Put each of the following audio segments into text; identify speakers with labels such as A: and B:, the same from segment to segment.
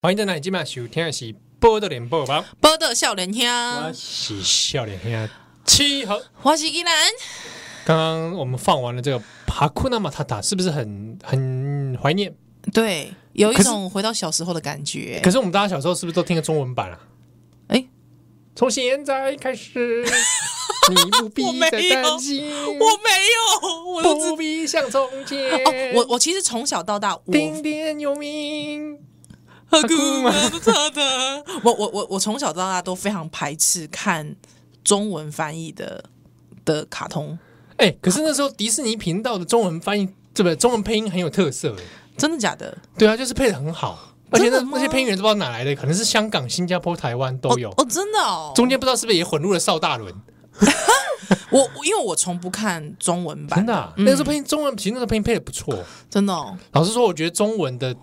A: 欢迎在哪里？今晚收听的是《波的联播》吧，
B: 报道少年
A: 我
B: 兄，
A: 是笑脸兄七和。
B: 我是依兰，
A: 刚刚我们放完了这个《爬库纳马塔塔》，是不是很很怀念？
B: 对，有一
A: 可是
B: 种回到小时候的感觉
A: 可。是我们大家小时候是不是都听个中文版啊？
B: 哎，
A: 从现在开 始，你不必
B: 我没
A: 再担
B: 有
A: 心，
B: 没有，我都知哦
A: 不必像从前。
B: 我我其实从小到大，我
A: 鼎鼎有名，
B: 哈
A: 咕嘛
B: 我我我我从小到大都非常排斥看中文翻译的的卡通，
A: 哎、可是那时候迪士尼频道的中文翻译，这不中文配音很有特色、哎
B: 真的假的？
A: 对啊，就是配的很好，而且那
B: 真的吗
A: 那些配音员都不知道哪来的，可能是香港、新加坡、台湾都有
B: 哦，。哦真的哦。
A: 中间不知道是不是也混入了邵大伦，
B: 我我因为我从不看中文版
A: 真的、啊，那个时候
B: 嗯
A: 配音中文，其实那时候配音配的不错。
B: 真的哦，
A: 老实说，我觉得中文的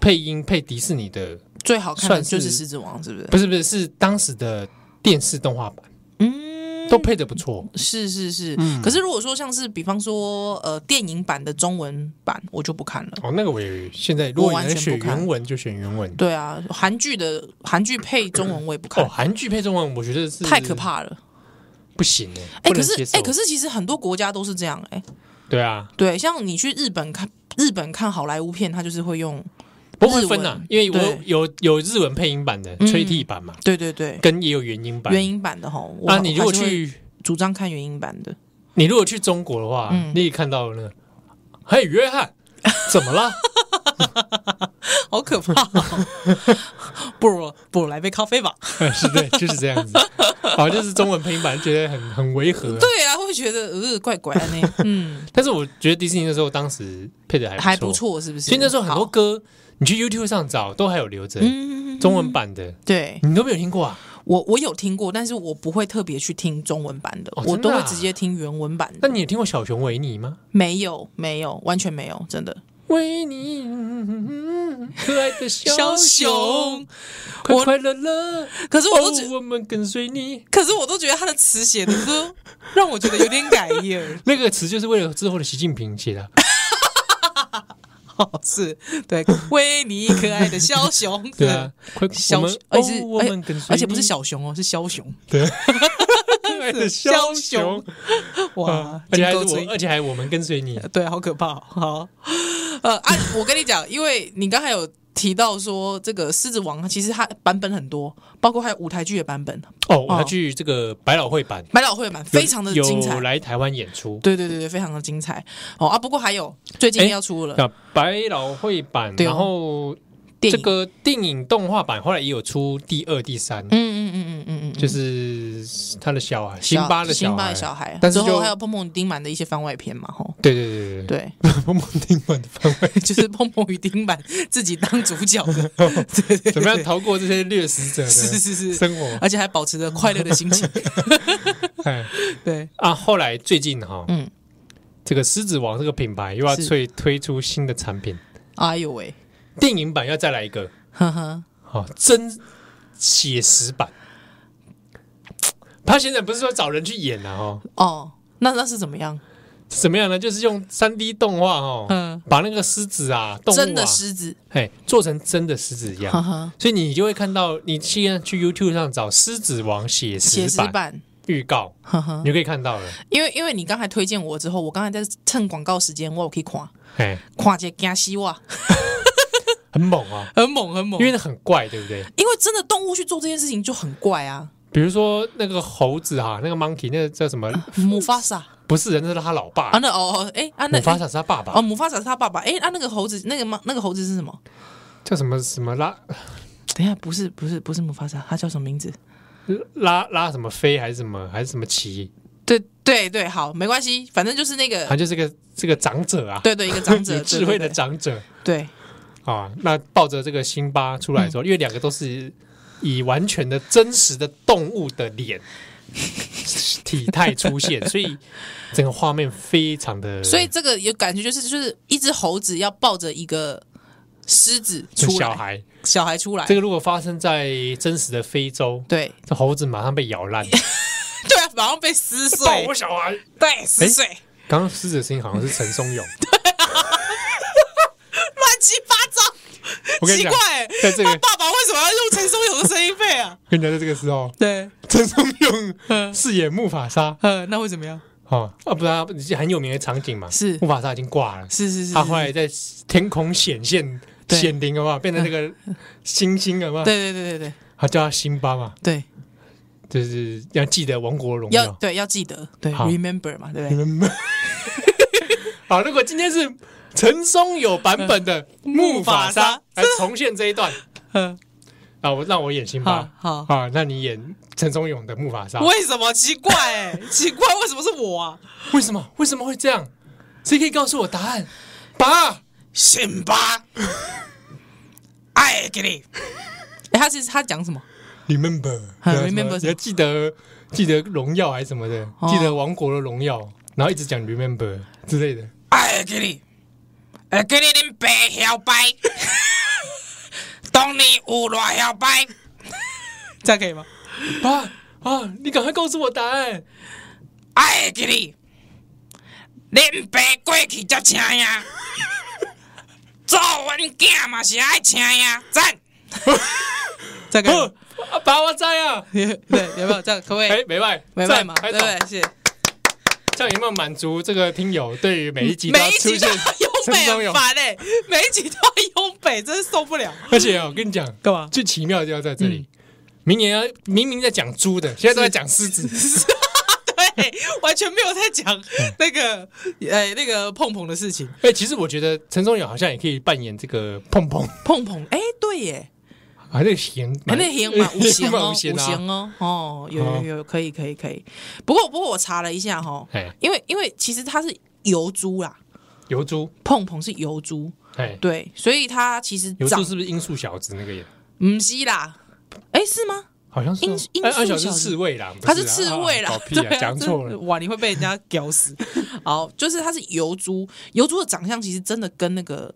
A: 配音配迪士尼的，
B: 最好看的
A: 算是
B: 就是《狮子王》，是不是？
A: 不是不是是当时的电视动画版，嗯，都配的不错。
B: 是是是，
A: 嗯
B: 可是如果说像是比方说呃电影版的中文版，我就不看了。
A: 哦，那个我也现在如果
B: 我完
A: 能
B: 全
A: 选
B: 不看
A: 原文就选原文。
B: 对啊，韩剧的韩剧配中文我也不看，
A: 哦，韩剧配中文，我觉得是
B: 太可，怕了。
A: 不行哎、
B: 哎、
A: 不
B: 可
A: 能
B: 是
A: 接受。
B: 哎、可是其实很多国家都是这样哎、
A: 对啊，
B: 对，像你去日本看日本看好莱坞片，它就是会用，
A: 不会分啊，因为我
B: 对
A: 有有日文配音版的
B: 嗯
A: 吹替版嘛，
B: 对对对，
A: 跟也有原音版。
B: 原音版的哈。我
A: 啊，你如果
B: 还是会
A: 去
B: 主张看原 音版的，
A: 你如果去中国的话，
B: 嗯
A: 你也看到了，嘿，约翰，怎么了？
B: 好可怕、不如不如来杯咖啡吧。
A: 是对，就是这样子。好，就是中文配音版，觉得很很违和、啊。
B: 对啊，会觉得呃怪怪的呢。 嗯，
A: 但是我觉得迪士尼那时候当时配的还
B: 还不
A: 不错，
B: 错，是不是？
A: 所以那时候很多
B: 好
A: 歌，你去 YouTube 上找都还有留着、
B: 嗯
A: 中文版的，
B: 对
A: 你都没有听过啊？
B: 我我有听过，但是我不会特别去听中文版的，
A: 哦真
B: 我
A: 的
B: 都
A: 啊
B: 会直接听原文版
A: 那
B: 的。
A: 你有听过小熊维尼吗？
B: 没有没有，完全没有，真的。
A: 维尼，嗯可爱的小
B: 小
A: 熊
B: 熊，
A: 快
B: 我
A: 快乐乐，
B: 可是我都觉
A: 哦，我们跟随你。
B: 可是我都觉得他的词写的都 让我觉得有点改 耶。
A: 那个词就是为了之后的习近平写的 啊，
B: 哦，是对，维尼可爱的枭雄，
A: 对啊，快我
B: 枭雄
A: 们，
B: 而且是哎
A: 哦我们跟随你
B: 而且不是小熊哦，是枭雄。
A: 对， 可爱的枭雄，
B: 哇
A: 啊，而且还是
B: 金
A: 我，
B: 钩椎
A: 而且还我们跟随你，
B: 对，好可怕哦、好，呃啊，我跟你讲， 因为你刚才有提到说这个《狮子王》，其实它版本很多，包括还有舞台剧的版本，
A: 哦，我要去这个百老汇版，
B: 百老汇的版
A: 有
B: 啊非常的精彩
A: 有。来台湾演出。
B: 对对对对，非常的精彩哦啊！不过还有最
A: 哎
B: 近要出了、
A: 啊，百老汇版，
B: 呃对哦
A: 然后
B: 电
A: 这
B: 影，
A: 个电影动画版后来也有出第二、第三，
B: 嗯嗯嗯嗯嗯嗯，
A: 就是他的小孩，辛巴的
B: 辛
A: 小
B: 巴的
A: 孩，
B: 小孩，
A: 但是
B: 之后
A: 就
B: 还有碰碰与丁满的一些番外篇嘛，吼，
A: 对对对对 对，
B: 对，
A: 彭彭丁满的范 围，
B: 就是碰碰与丁满自己当主 角的，对对
A: 怎么样
B: 对
A: 逃过这些掠食者
B: 是
A: 的
B: 是是，
A: 生活？
B: 而且还保持着快乐的心情，
A: 哎，
B: 对，
A: 啊，后来最近哈，
B: 嗯，
A: 这个狮子王这个品牌又要
B: 是
A: 推推出新的产品，
B: 哎呦喂，
A: 电影版要再来一个，
B: 呵呵，
A: 好、真写实版。他现在不是说找人去演了、啊、哦，
B: 哦，那那是怎么样？
A: 怎么样呢？就是用三 D 动画哦，
B: 嗯
A: 把那个狮子啊，动物啊，
B: 真的狮子，
A: 哎，做成真的狮子一
B: 呵
A: 样，
B: 呵，
A: 所以你就会看到，你现在去 YouTube 上找《狮子王》写
B: 写
A: 实
B: 实
A: 版
B: 版，嗯
A: 预告，
B: 呵呵
A: 你，就可以看到了。
B: 因为因为你刚才推荐我之后，我刚才在趁广告时间，我有去看，
A: 哎，
B: 看一个惊西哇，
A: 很猛啊，
B: 很猛很猛，
A: 因为那很怪，对不对？
B: 因为真的动物去做这件事情就很怪 啊，
A: 比如说那个猴子哈、那个 monkey，那个叫 什么？
B: 姆法萨。
A: 不是人，那是他老爸
B: 啊，。那哦哦，哎、啊那
A: 我发想是他爸
B: 哦，
A: 爸，
B: 母发展是他爸爸，哎、啊那个猴子，那个吗？那个猴子是什么？
A: 叫什么什么拉
B: 等一下，不是不是不是母发展，他叫什么名字？
A: 拉拉什么飞还是什么还是什么奇，
B: 对对对，好，没关系，反正就是那个
A: 他，就是个这个长者啊，
B: 对对，一个 长者，
A: 有智慧的
B: 对
A: 长者
B: 对对
A: 啊。那抱着这个辛巴出来的时候，因为两个都是以完全的真实的动物的脸 体态出 现，所以整个画面非常的，
B: 对所以这个有感觉就是就是一只猴子要抱着一个狮子
A: 这
B: 出来，
A: 小孩
B: 小孩出来，
A: 这个如果发生在真实的非洲，
B: 对
A: 这猴子马上被咬烂，
B: 对啊，马上被撕
A: 抱
B: 碎哎
A: 我，小孩。
B: 对，撕碎，乱
A: 刚刚狮子的声音好像是陈 松勇，
B: 七八糟，
A: 我跟你
B: 奇
A: 讲，
B: 怪、
A: 在这
B: 他
A: 个
B: 爸爸为为什么要用陈松勇的声音配啊？
A: 跟你讲，在这个时候，
B: 对，
A: 陈松勇
B: 嗯
A: 饰演木法沙
B: 嗯，那会怎么样？
A: 哦，啊，不然很有名的场景嘛，
B: 是
A: 木法沙已经挂了，
B: 是是是，
A: 他后
B: 是
A: 来在天空显现
B: 对嗯
A: 显灵了嘛，变成那个星星了嘛，
B: 对对对对对
A: 他叫他辛巴嘛，
B: 对，
A: 就是要记得亡国荣
B: 要
A: 耀。
B: 对要记得，对
A: 好
B: ，remember 嘛，对不
A: 你
B: 对？
A: 们没好，如果今天是陈松有版本的木法沙
B: 木
A: 来重现这一段
B: 嗯，
A: 啊，我让我演辛
B: 好
A: 巴
B: 好。
A: 啊，那你演陈松勇的木法沙，
B: 为什么奇怪、欸？奇怪，为什么是我啊？
A: 为什么为什么会这样？谁可以告诉我答案？爸，
B: 辛巴，爱给 你。哎、他是他讲什么？
A: remember，对
B: 啊
A: 啊什么
B: remember
A: 你要记得记得荣耀还是什么的，
B: 哦
A: 记得亡国的荣耀，然后一直讲 remember 之类的。
B: 爱哎给你，爱给你恁白小 白，当年有偌小白，这样可以吗？
A: 爸啊，你赶快告诉我答案！
B: 爱给你，恁爸过去才请 呀，做阮囝嘛是爱请呀， 赞。这个
A: 哦啊爸，我在啊！
B: 对有没有这样？可不可以
A: 哎，没卖，
B: 没办
A: 赞
B: 嘛，
A: 拍
B: 对
A: 手
B: 不对？谢谢。
A: 这样有没有满足这个听友对于每一集都要
B: 每一
A: 出
B: 集都
A: 现
B: 要
A: 陈松
B: 拥北，很
A: 勇？
B: 烦哎、每一集都要拥北，真是受不了。
A: 而且哦我跟 你讲，
B: 干嘛？
A: 最奇妙的就要在这里。
B: 嗯
A: 明年要明明在讲猪的，现在都在讲狮 子。
B: 对，完全没有在讲那个呃、那个碰碰的事情。
A: 哎，其实我觉得陈松勇好像也可以扮演这个碰碰，
B: 碰碰，哎、对耶，
A: 啊，那个弦蛮，
B: 哎那行 嘛，五行哦，
A: 蛮
B: 五
A: 弦啊
B: 行哦，哦，有有有，可以可以可以。不过不过我查了一下哈，
A: 哎，
B: 因为因为其实它是油猪啦，
A: 油猪，
B: 碰碰是油猪，
A: 哎，
B: 对，所以它其实
A: 油
B: 长
A: 猪是不是罂粟小子那个也？
B: 唔是啦，哎、是吗？
A: 好像是哦
B: 罂粟罂
A: 哎
B: 粟
A: 哎小子
B: 小
A: 是
B: 子
A: 刺猬啦，不
B: 它是
A: 啊
B: 刺猬啦
A: 啊搞，屁啊，
B: 对啊
A: 讲错
B: 真的
A: 了。
B: 哇，你会被人家屌死。 好，就是它是油猪，油猪的长相其实真的跟那个，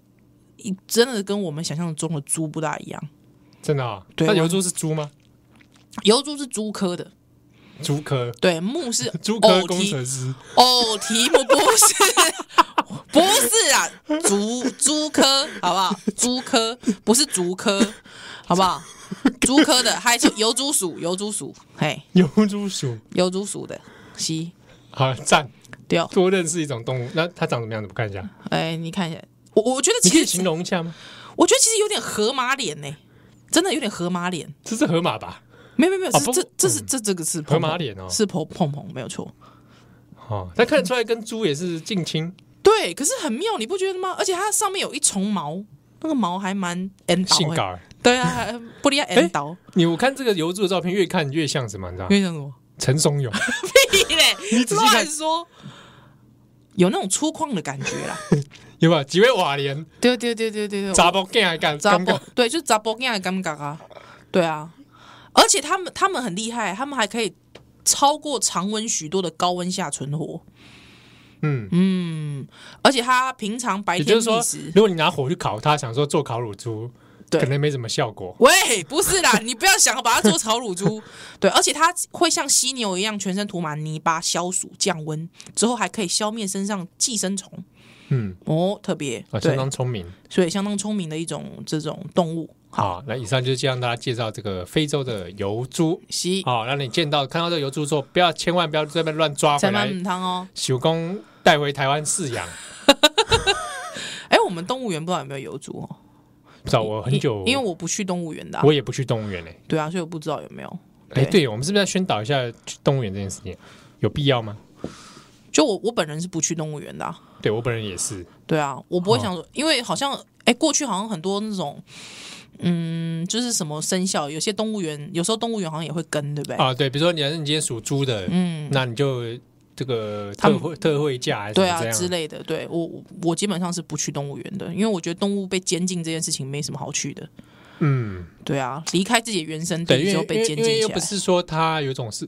B: 一真的跟我们想象中的猪不大一样。
A: 真的啊？
B: 对
A: 那
B: 我
A: 油猪是猪吗？
B: 油猪是猪科的，
A: 猪科，
B: 对，木是
A: 猪科
B: 偶
A: 工
B: 蹄
A: 程师。
B: 偶蹄哦目不是 不是啊，竹猪科好不好？猪科不是竹科，好不好？猪科的，还有油猪属，油猪属，嘿，
A: 油猪鼠，
B: 油猪属的，西
A: 好赞！
B: 对哦，
A: 多认识一种动物，那它长什么样子？我看一下，
B: 哎，你看一下，我我觉得
A: 你可以
B: 其
A: 形
B: 实
A: 容一下吗？
B: 我觉得其实有点河马脸呢、真的有点河马脸。
A: 这是河马吧？
B: 没有没有没有，
A: 哦
B: 是
A: 不
B: 这这是这这个是
A: 河
B: 碰碰
A: 马脸哦
B: 是碰碰碰没有错。
A: 哦，但看得出来跟猪也是近亲，
B: 对，可是很妙，你不觉得吗？而且它上面有一重毛，那个毛还蛮 N 导、
A: 性感
B: 欸，
A: 儿。
B: 对啊， 还不利亚 N 导，
A: 你我看这个油猪的照片，越看越像什么？你知道吗？
B: 因为像什么？
A: 陈松勇，
B: 屁嘞，
A: 你仔细看
B: 乱说，有那种粗犷的感觉啦。
A: 有没有？几位瓦连
B: 对对对对对对，
A: 杂包干还干
B: 杂
A: 干
B: 波
A: 干？
B: 对，就是杂波样的尴尬啊，对啊，而且他们他们很厉害，他们还可以超过常温许多的高温下存活。
A: 嗯，
B: 嗯，而且他平常白
A: 也
B: 天
A: 就是
B: 觅
A: 说
B: 食，。
A: 如果你拿火去烤它，想说做烤乳猪，可
B: 对，
A: 能没什么效果。
B: 喂，不是啦，你不要想把它做炒乳猪。 对，而且它会像犀牛一样全身涂满泥巴消暑降温，之后还可以消灭身上寄生虫。
A: 嗯，
B: 哦，特别
A: 啊，相
B: 对，
A: 当聪明。哦
B: 所以相当聪明的一种这种动物。好，
A: 好，那以上就是向大家介绍这个非洲的油猪。
B: 吸
A: 好，让你见到看到这个油猪之后，不要千万不要在那边乱抓回
B: 才
A: 来
B: 满，母汤哦。
A: 手工带回台湾饲养。
B: 哎，我们动物园不知道有没有油猪哦？
A: 不 知道我哦很久，
B: 因因为我不去动物园的啊、
A: 我也不去动物园嘞、欸
B: 对啊，所以我不知道有没有。
A: 哎、
B: 对
A: 对，我们是不是要宣导一下去动物园这件事情？有必要吗？
B: 就我我本人是不去动物园的啊、
A: 对我本人也是，
B: 对啊，我不会
A: 哦
B: 想说，因为好像哎，过去好像很多那种，嗯，就是什么生肖，有些动物园，有时候动物园好像也会跟，对不对？
A: 啊，对，比如说你要是你今天属猪的，
B: 哎嗯，
A: 那你就这个
B: 他
A: 特
B: 们
A: 惠特惠价还是
B: 对
A: 怎么
B: 啊
A: 这
B: 之
A: 样？
B: 类的。对我我我基本上是不去动物园的，因为我觉得动物被监禁这件事情没什么好去的。
A: 嗯，
B: 对啊，离开自己的原生
A: 对，
B: 地
A: 因
B: 就
A: 为因
B: 被
A: 为
B: 监
A: 因
B: 禁
A: 为
B: 起
A: 又不
B: 来。
A: 是说它有一种是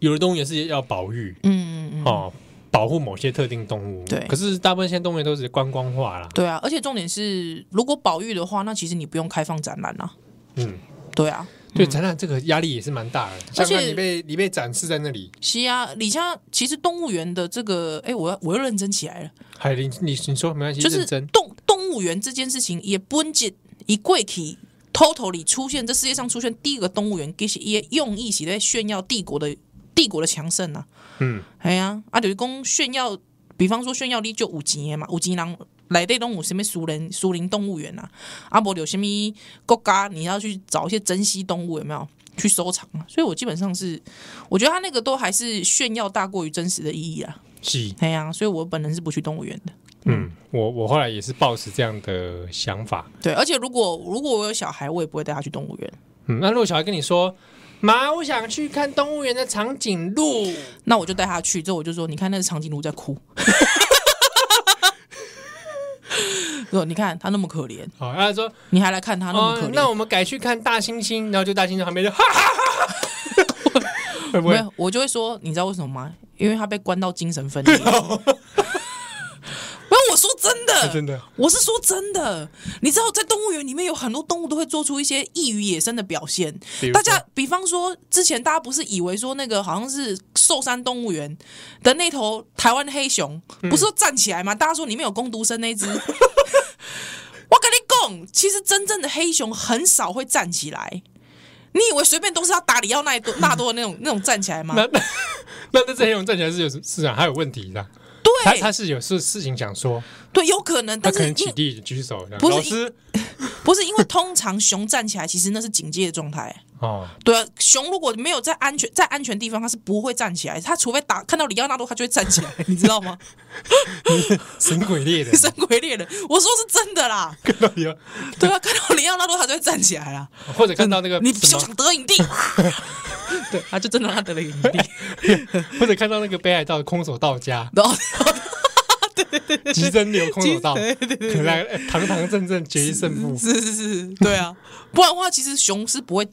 A: 有的动物园是要保育
B: 嗯嗯嗯，
A: 哦，保护某些特定动物。
B: 对
A: 可是大部分现在动物园都是观光化啦。
B: 对啊，而且重点是，如果保育的话，那其实你不用开放展览啊。
A: 嗯，
B: 对啊，
A: 对，展览这个压力也是蛮大的，像
B: 而且
A: 看你被你被展示在那里，
B: 是啊，李佳，其实动物园的这个，哎，我要我又认真起来了。
A: 海林，你你说没关系，
B: 就是
A: 认真。
B: 动动物园这件事情也不仅一贵体 totally 出现这世界上出现第一个动物园，其实也用意是在炫耀帝国的帝国的强盛啊。
A: 嗯，
B: 哎呀、啊，啊就是讲炫耀，比方说炫耀力就五级嘛，五级人来对动物什么熟人熟林动物园啊，啊不然有什么国家你要去找一些珍稀动物有没有去收藏啊？所以我基本上是，我觉得他那个都还是炫耀大过于真实的意义啊。
A: 是，
B: 哎呀、所以我本人是不去动物园的。
A: 嗯，我我后来也是抱持这样的想法。
B: 对，而且如果如果我有小孩，我也不会带他去动物园。
A: 嗯，那如果小孩跟你说，妈，我想去看动物园的长颈鹿，
B: 那我就带他去，之后我就说，你看那个长颈鹿在哭， 说你看他那么可怜，
A: 好，然后他说，
B: 你还来看他那么可
A: 哦，
B: 怜、
A: 那我们改去看大猩猩，然后就大猩猩旁边就哈 哈哈哈哈，会不
B: 没
A: 会？
B: 有，我就会说，你知道为什么吗？因为他被关到精神分裂。 没有，我说真的，
A: 哦真的，
B: 我是说真的。你知道，在动物园里面有很多动物都会做出一些异于野生的表现
A: 比如说。
B: 大家比方说，之前大家不是以为说那个好像是寿山动物园的那头台湾黑熊，不是
A: 嗯
B: 说站起来吗？大家说里面有攻读生那一只。 我跟你讲，其实真正的黑熊很少会站起来。你以为随便都是要打里奥纳多纳多的 那种那种站起来吗？
A: 那那那这只黑熊站起来是有市场啊还有问题的，他
B: 对
A: 他是有事事情想说，
B: 对，有可能，
A: 他
B: 但
A: 可
B: 是
A: 能起
B: 因
A: 立举手，这样
B: 不是
A: 老师
B: 不是因为通常熊站起来，其实那是警戒的状态。
A: 哦，
B: 对啊，熊如果没有在安全在安全地方，它是不会站起来，它除非打看到里奥纳多，它就会站起来， 你知 道吗？
A: 神鬼猎的，
B: 神鬼猎人，我说是真的啦，
A: 看到有，
B: 对啊，看到里奥纳多，它就会站起来啦。
A: 或者看到那个
B: 你
A: 啊什
B: 休
A: 么，
B: 想得影帝， 对，他就真的让他得了影 帝，
A: 或者看到那个北海道的空手道 家
B: 然后
A: 急真流空手道，
B: 对。
A: 可能哎堂堂正正决一胜负
B: 是是是，对啊，不然的话，其实熊是不会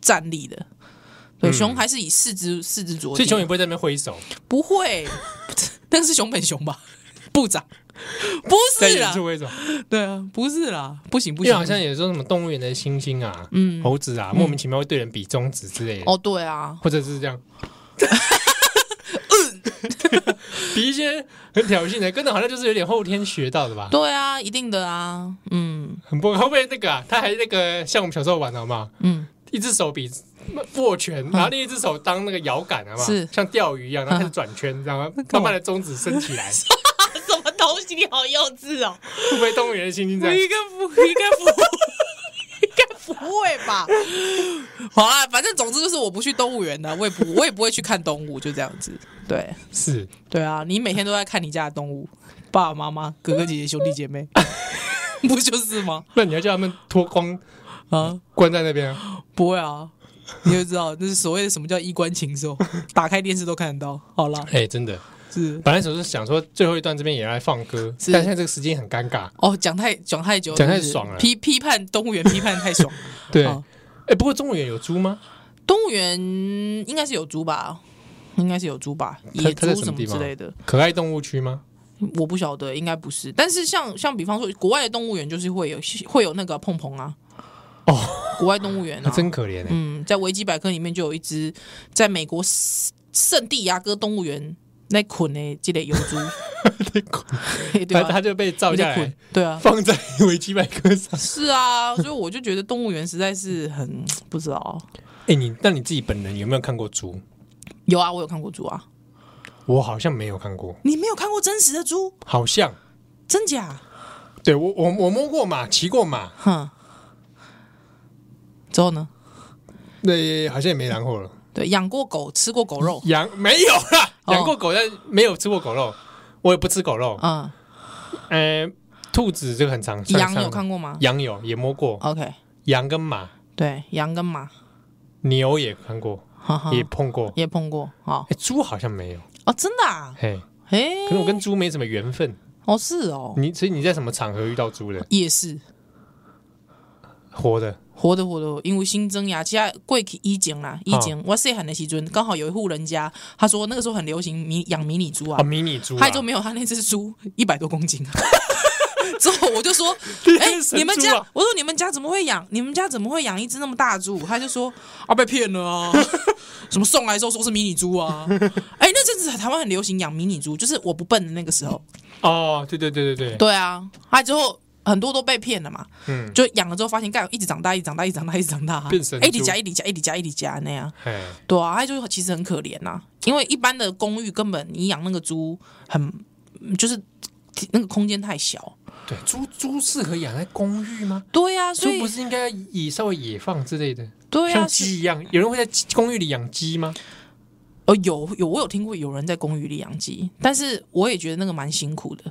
B: 站立的。对，熊还是以四肢四肢着地。啊
A: 所以嗯熊也不会在那边挥手，
B: 不会， 那个是熊本熊吧？ 部长，不
A: 在
B: 是啊
A: 远
B: 啦
A: 处，挥手，
B: 对啊，不是啦，不行不
A: 因为
B: 行，
A: 好像有时候什么动物园的猩猩啊、猴子啊，莫名其妙会对人比中指之类的，
B: 嗯哦，对啊，
A: 或者是这样，
B: 嗯
A: 比一些很挑衅的，跟着好像就是有点后天学到的吧，
B: 对啊，一定的啊，嗯
A: 很不会不会那个啊，他还那个像我们小时候玩的好不好？
B: 嗯，
A: 一只手比握拳，然后另一只手当那个摇杆，好不好？
B: 是嗯
A: 像钓鱼一样，然后开始转圈，然后慢慢的中指伸起 来，
B: 什么东西？你好幼稚哦，
A: 会不会动物园的猩猩在？
B: 应该不，应该不。应该不会吧？好啦，反正总之就是我不去动物园的，我也不我也不会去看动物，就这样子。对
A: 是，
B: 对啊，你每天都在看你家的动物，爸爸妈妈、哥哥姐姐、兄弟姐妹， 不就是吗？
A: 那你要叫他们脱光
B: 啊，
A: 关在那边啊？
B: 不会啊，你就知道，那是所谓的什么叫衣冠禽兽，打开电视都看得到。好啦，
A: 哎，真的，
B: 是
A: 本来只是想说最后一段这边也来放歌，
B: 是
A: 但现在这个时间很尴尬。
B: 哦，讲太讲太久，
A: 讲太
B: 是不是
A: 爽了
B: 批批判动物园批判太爽。
A: 对，
B: 好
A: 哎，不过动物园有猪吗？
B: 动物园应该是有猪吧？应该是有猪吧？
A: 它
B: 野
A: 它
B: 猪
A: 在什么
B: 什么
A: 地
B: 之
A: 方
B: 类的，
A: 可爱动物区吗？
B: 我不晓得，应该不是。但是像像比方说，国外的动物园就是会有会有那个碰碰啊，
A: 哦，
B: 国外动物园
A: 那
B: 啊，
A: 真可怜哎。
B: 嗯，在维基百科里面就有一只在美国圣圣地亚哥动物园那捆的这类油 猪， 对
A: 他
B: 吧？
A: 啊他就被照下
B: 有点
A: 来
B: 捆，对啊，
A: 放在维基百科上。
B: 是啊，所以我就觉得动物园实在是很不知道。
A: 哎，你那你自己本人有没有看过猪？
B: 有啊，我有看过猪啊，
A: 我好像没有看过，
B: 你没有看过真实的猪，
A: 好像
B: 真假？
A: 对我我我摸过马，骑过马，
B: 哼，之后呢？
A: 对，好像也没然后了。
B: 对，养过狗，吃过狗肉，
A: 养没有啦，
B: 哦
A: 养过狗，但没有吃过狗肉，我也不吃狗肉。
B: 嗯，
A: 呃，兔子这个很常，常
B: 羊有
A: 常
B: 看过吗
A: 羊有也摸过，
B: ？OK，
A: 羊跟马、
B: 对，羊跟马，
A: 牛也看过，
B: 哈哈，
A: 哦也碰过。
B: 也碰过，哦
A: 哎，猪好像没有，
B: 哦，真的啊，
A: 嘿，
B: 诶，
A: 可能我跟猪没什么缘分。
B: 哦是哦，
A: 你所以你在什么场合遇到猪的？
B: 也是
A: 活的
B: 活的活的，因为新增牙，其他贵去以前啦，以
A: 啊
B: 前我细汉的时阵，刚好有一户人家，他说那个时候很流行迷养迷你猪啊
A: 啊，，迷你猪啊
B: 他，就没有他那只猪一百多公斤、啊。 之后我就 说
A: 这是，
B: 哎、
A: 神
B: 你们
A: 猪
B: 家，
A: 啊
B: 我说你们家怎么会养？你们家怎么会养一只那么大的猪？他就说啊，被骗了啊， 什么送来之后说是迷你猪啊。 哎、那阵子台湾很流行养迷你猪，就是我不笨的那个时候。
A: 哦，对对对对对，
B: 对啊，他之后很多都被骗了嘛，
A: 嗯，
B: 就养了之后发现，干一直长大，一直长大，一直长大，一直长大、啊，
A: 变神猪
B: 哎一直加，一直加，一直加，一直加那样。
A: 哎，
B: 对啊，它就其实很可怜呐、因为一般的公寓根本你养那个猪很，就是那个空间太小。
A: 对，猪猪适合养在公寓吗？
B: 对呀、啊，所
A: 猪
B: 以
A: 不是应该以稍微野放之类的，
B: 对呀、
A: 像
B: 啊，是
A: 鸡一样？有人会在鸡公寓里养鸡吗？
B: 呃有有我有听过有人在公寓里养鸡，但是我也觉得那个蛮辛苦的，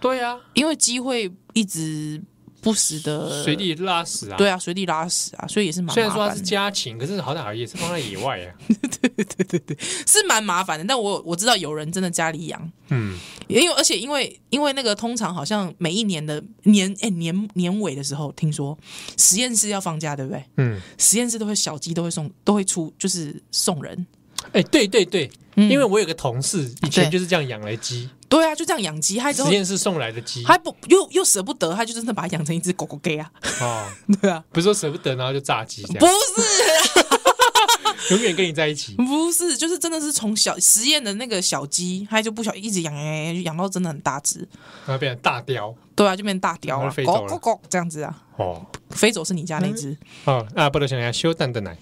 A: 对啊，
B: 因为鸡会一直不时的
A: 随地拉屎啊。
B: 对啊随地拉屎啊，所以也是蛮
A: 虽然
B: 麻
A: 说它
B: 烦
A: 是
B: 的
A: 家禽，可是好歹也是放在野外啊。
B: 是蛮麻烦的，但我有我知道有人真的家里养，
A: 嗯，
B: 因为而且因为因为那个通常好像每一年的年哎、年年尾的时候，听说实验室要放假，对不对？
A: 嗯，
B: 实验室都会小鸡都会送都会出就是送人，
A: 哎，对对对，
B: 嗯
A: 因为我有个同事以前
B: 对
A: 就是这样养来鸡，
B: 对啊，就这样养鸡，还之后
A: 实验室送来的鸡
B: 还不又又舍不得，他就真的把它养成一只狗狗 gay 啊，
A: 哦，
B: 对啊，
A: 不是说舍不得，然后就炸鸡这
B: 不
A: 样，
B: 是
A: 永远跟你在一起。
B: 不是，就是真的是从小实验的那个小鸡，它就不小一直养养养养养到真的很大只，
A: 然后变成大雕
B: 对啊，就变大雕
A: 然
B: 了
A: 后飞，走
B: 狗
A: 了
B: 狗狗这样子啊，
A: 哦
B: 飞走是你家那只。
A: 啊哦，那不得想想修蛋的奶，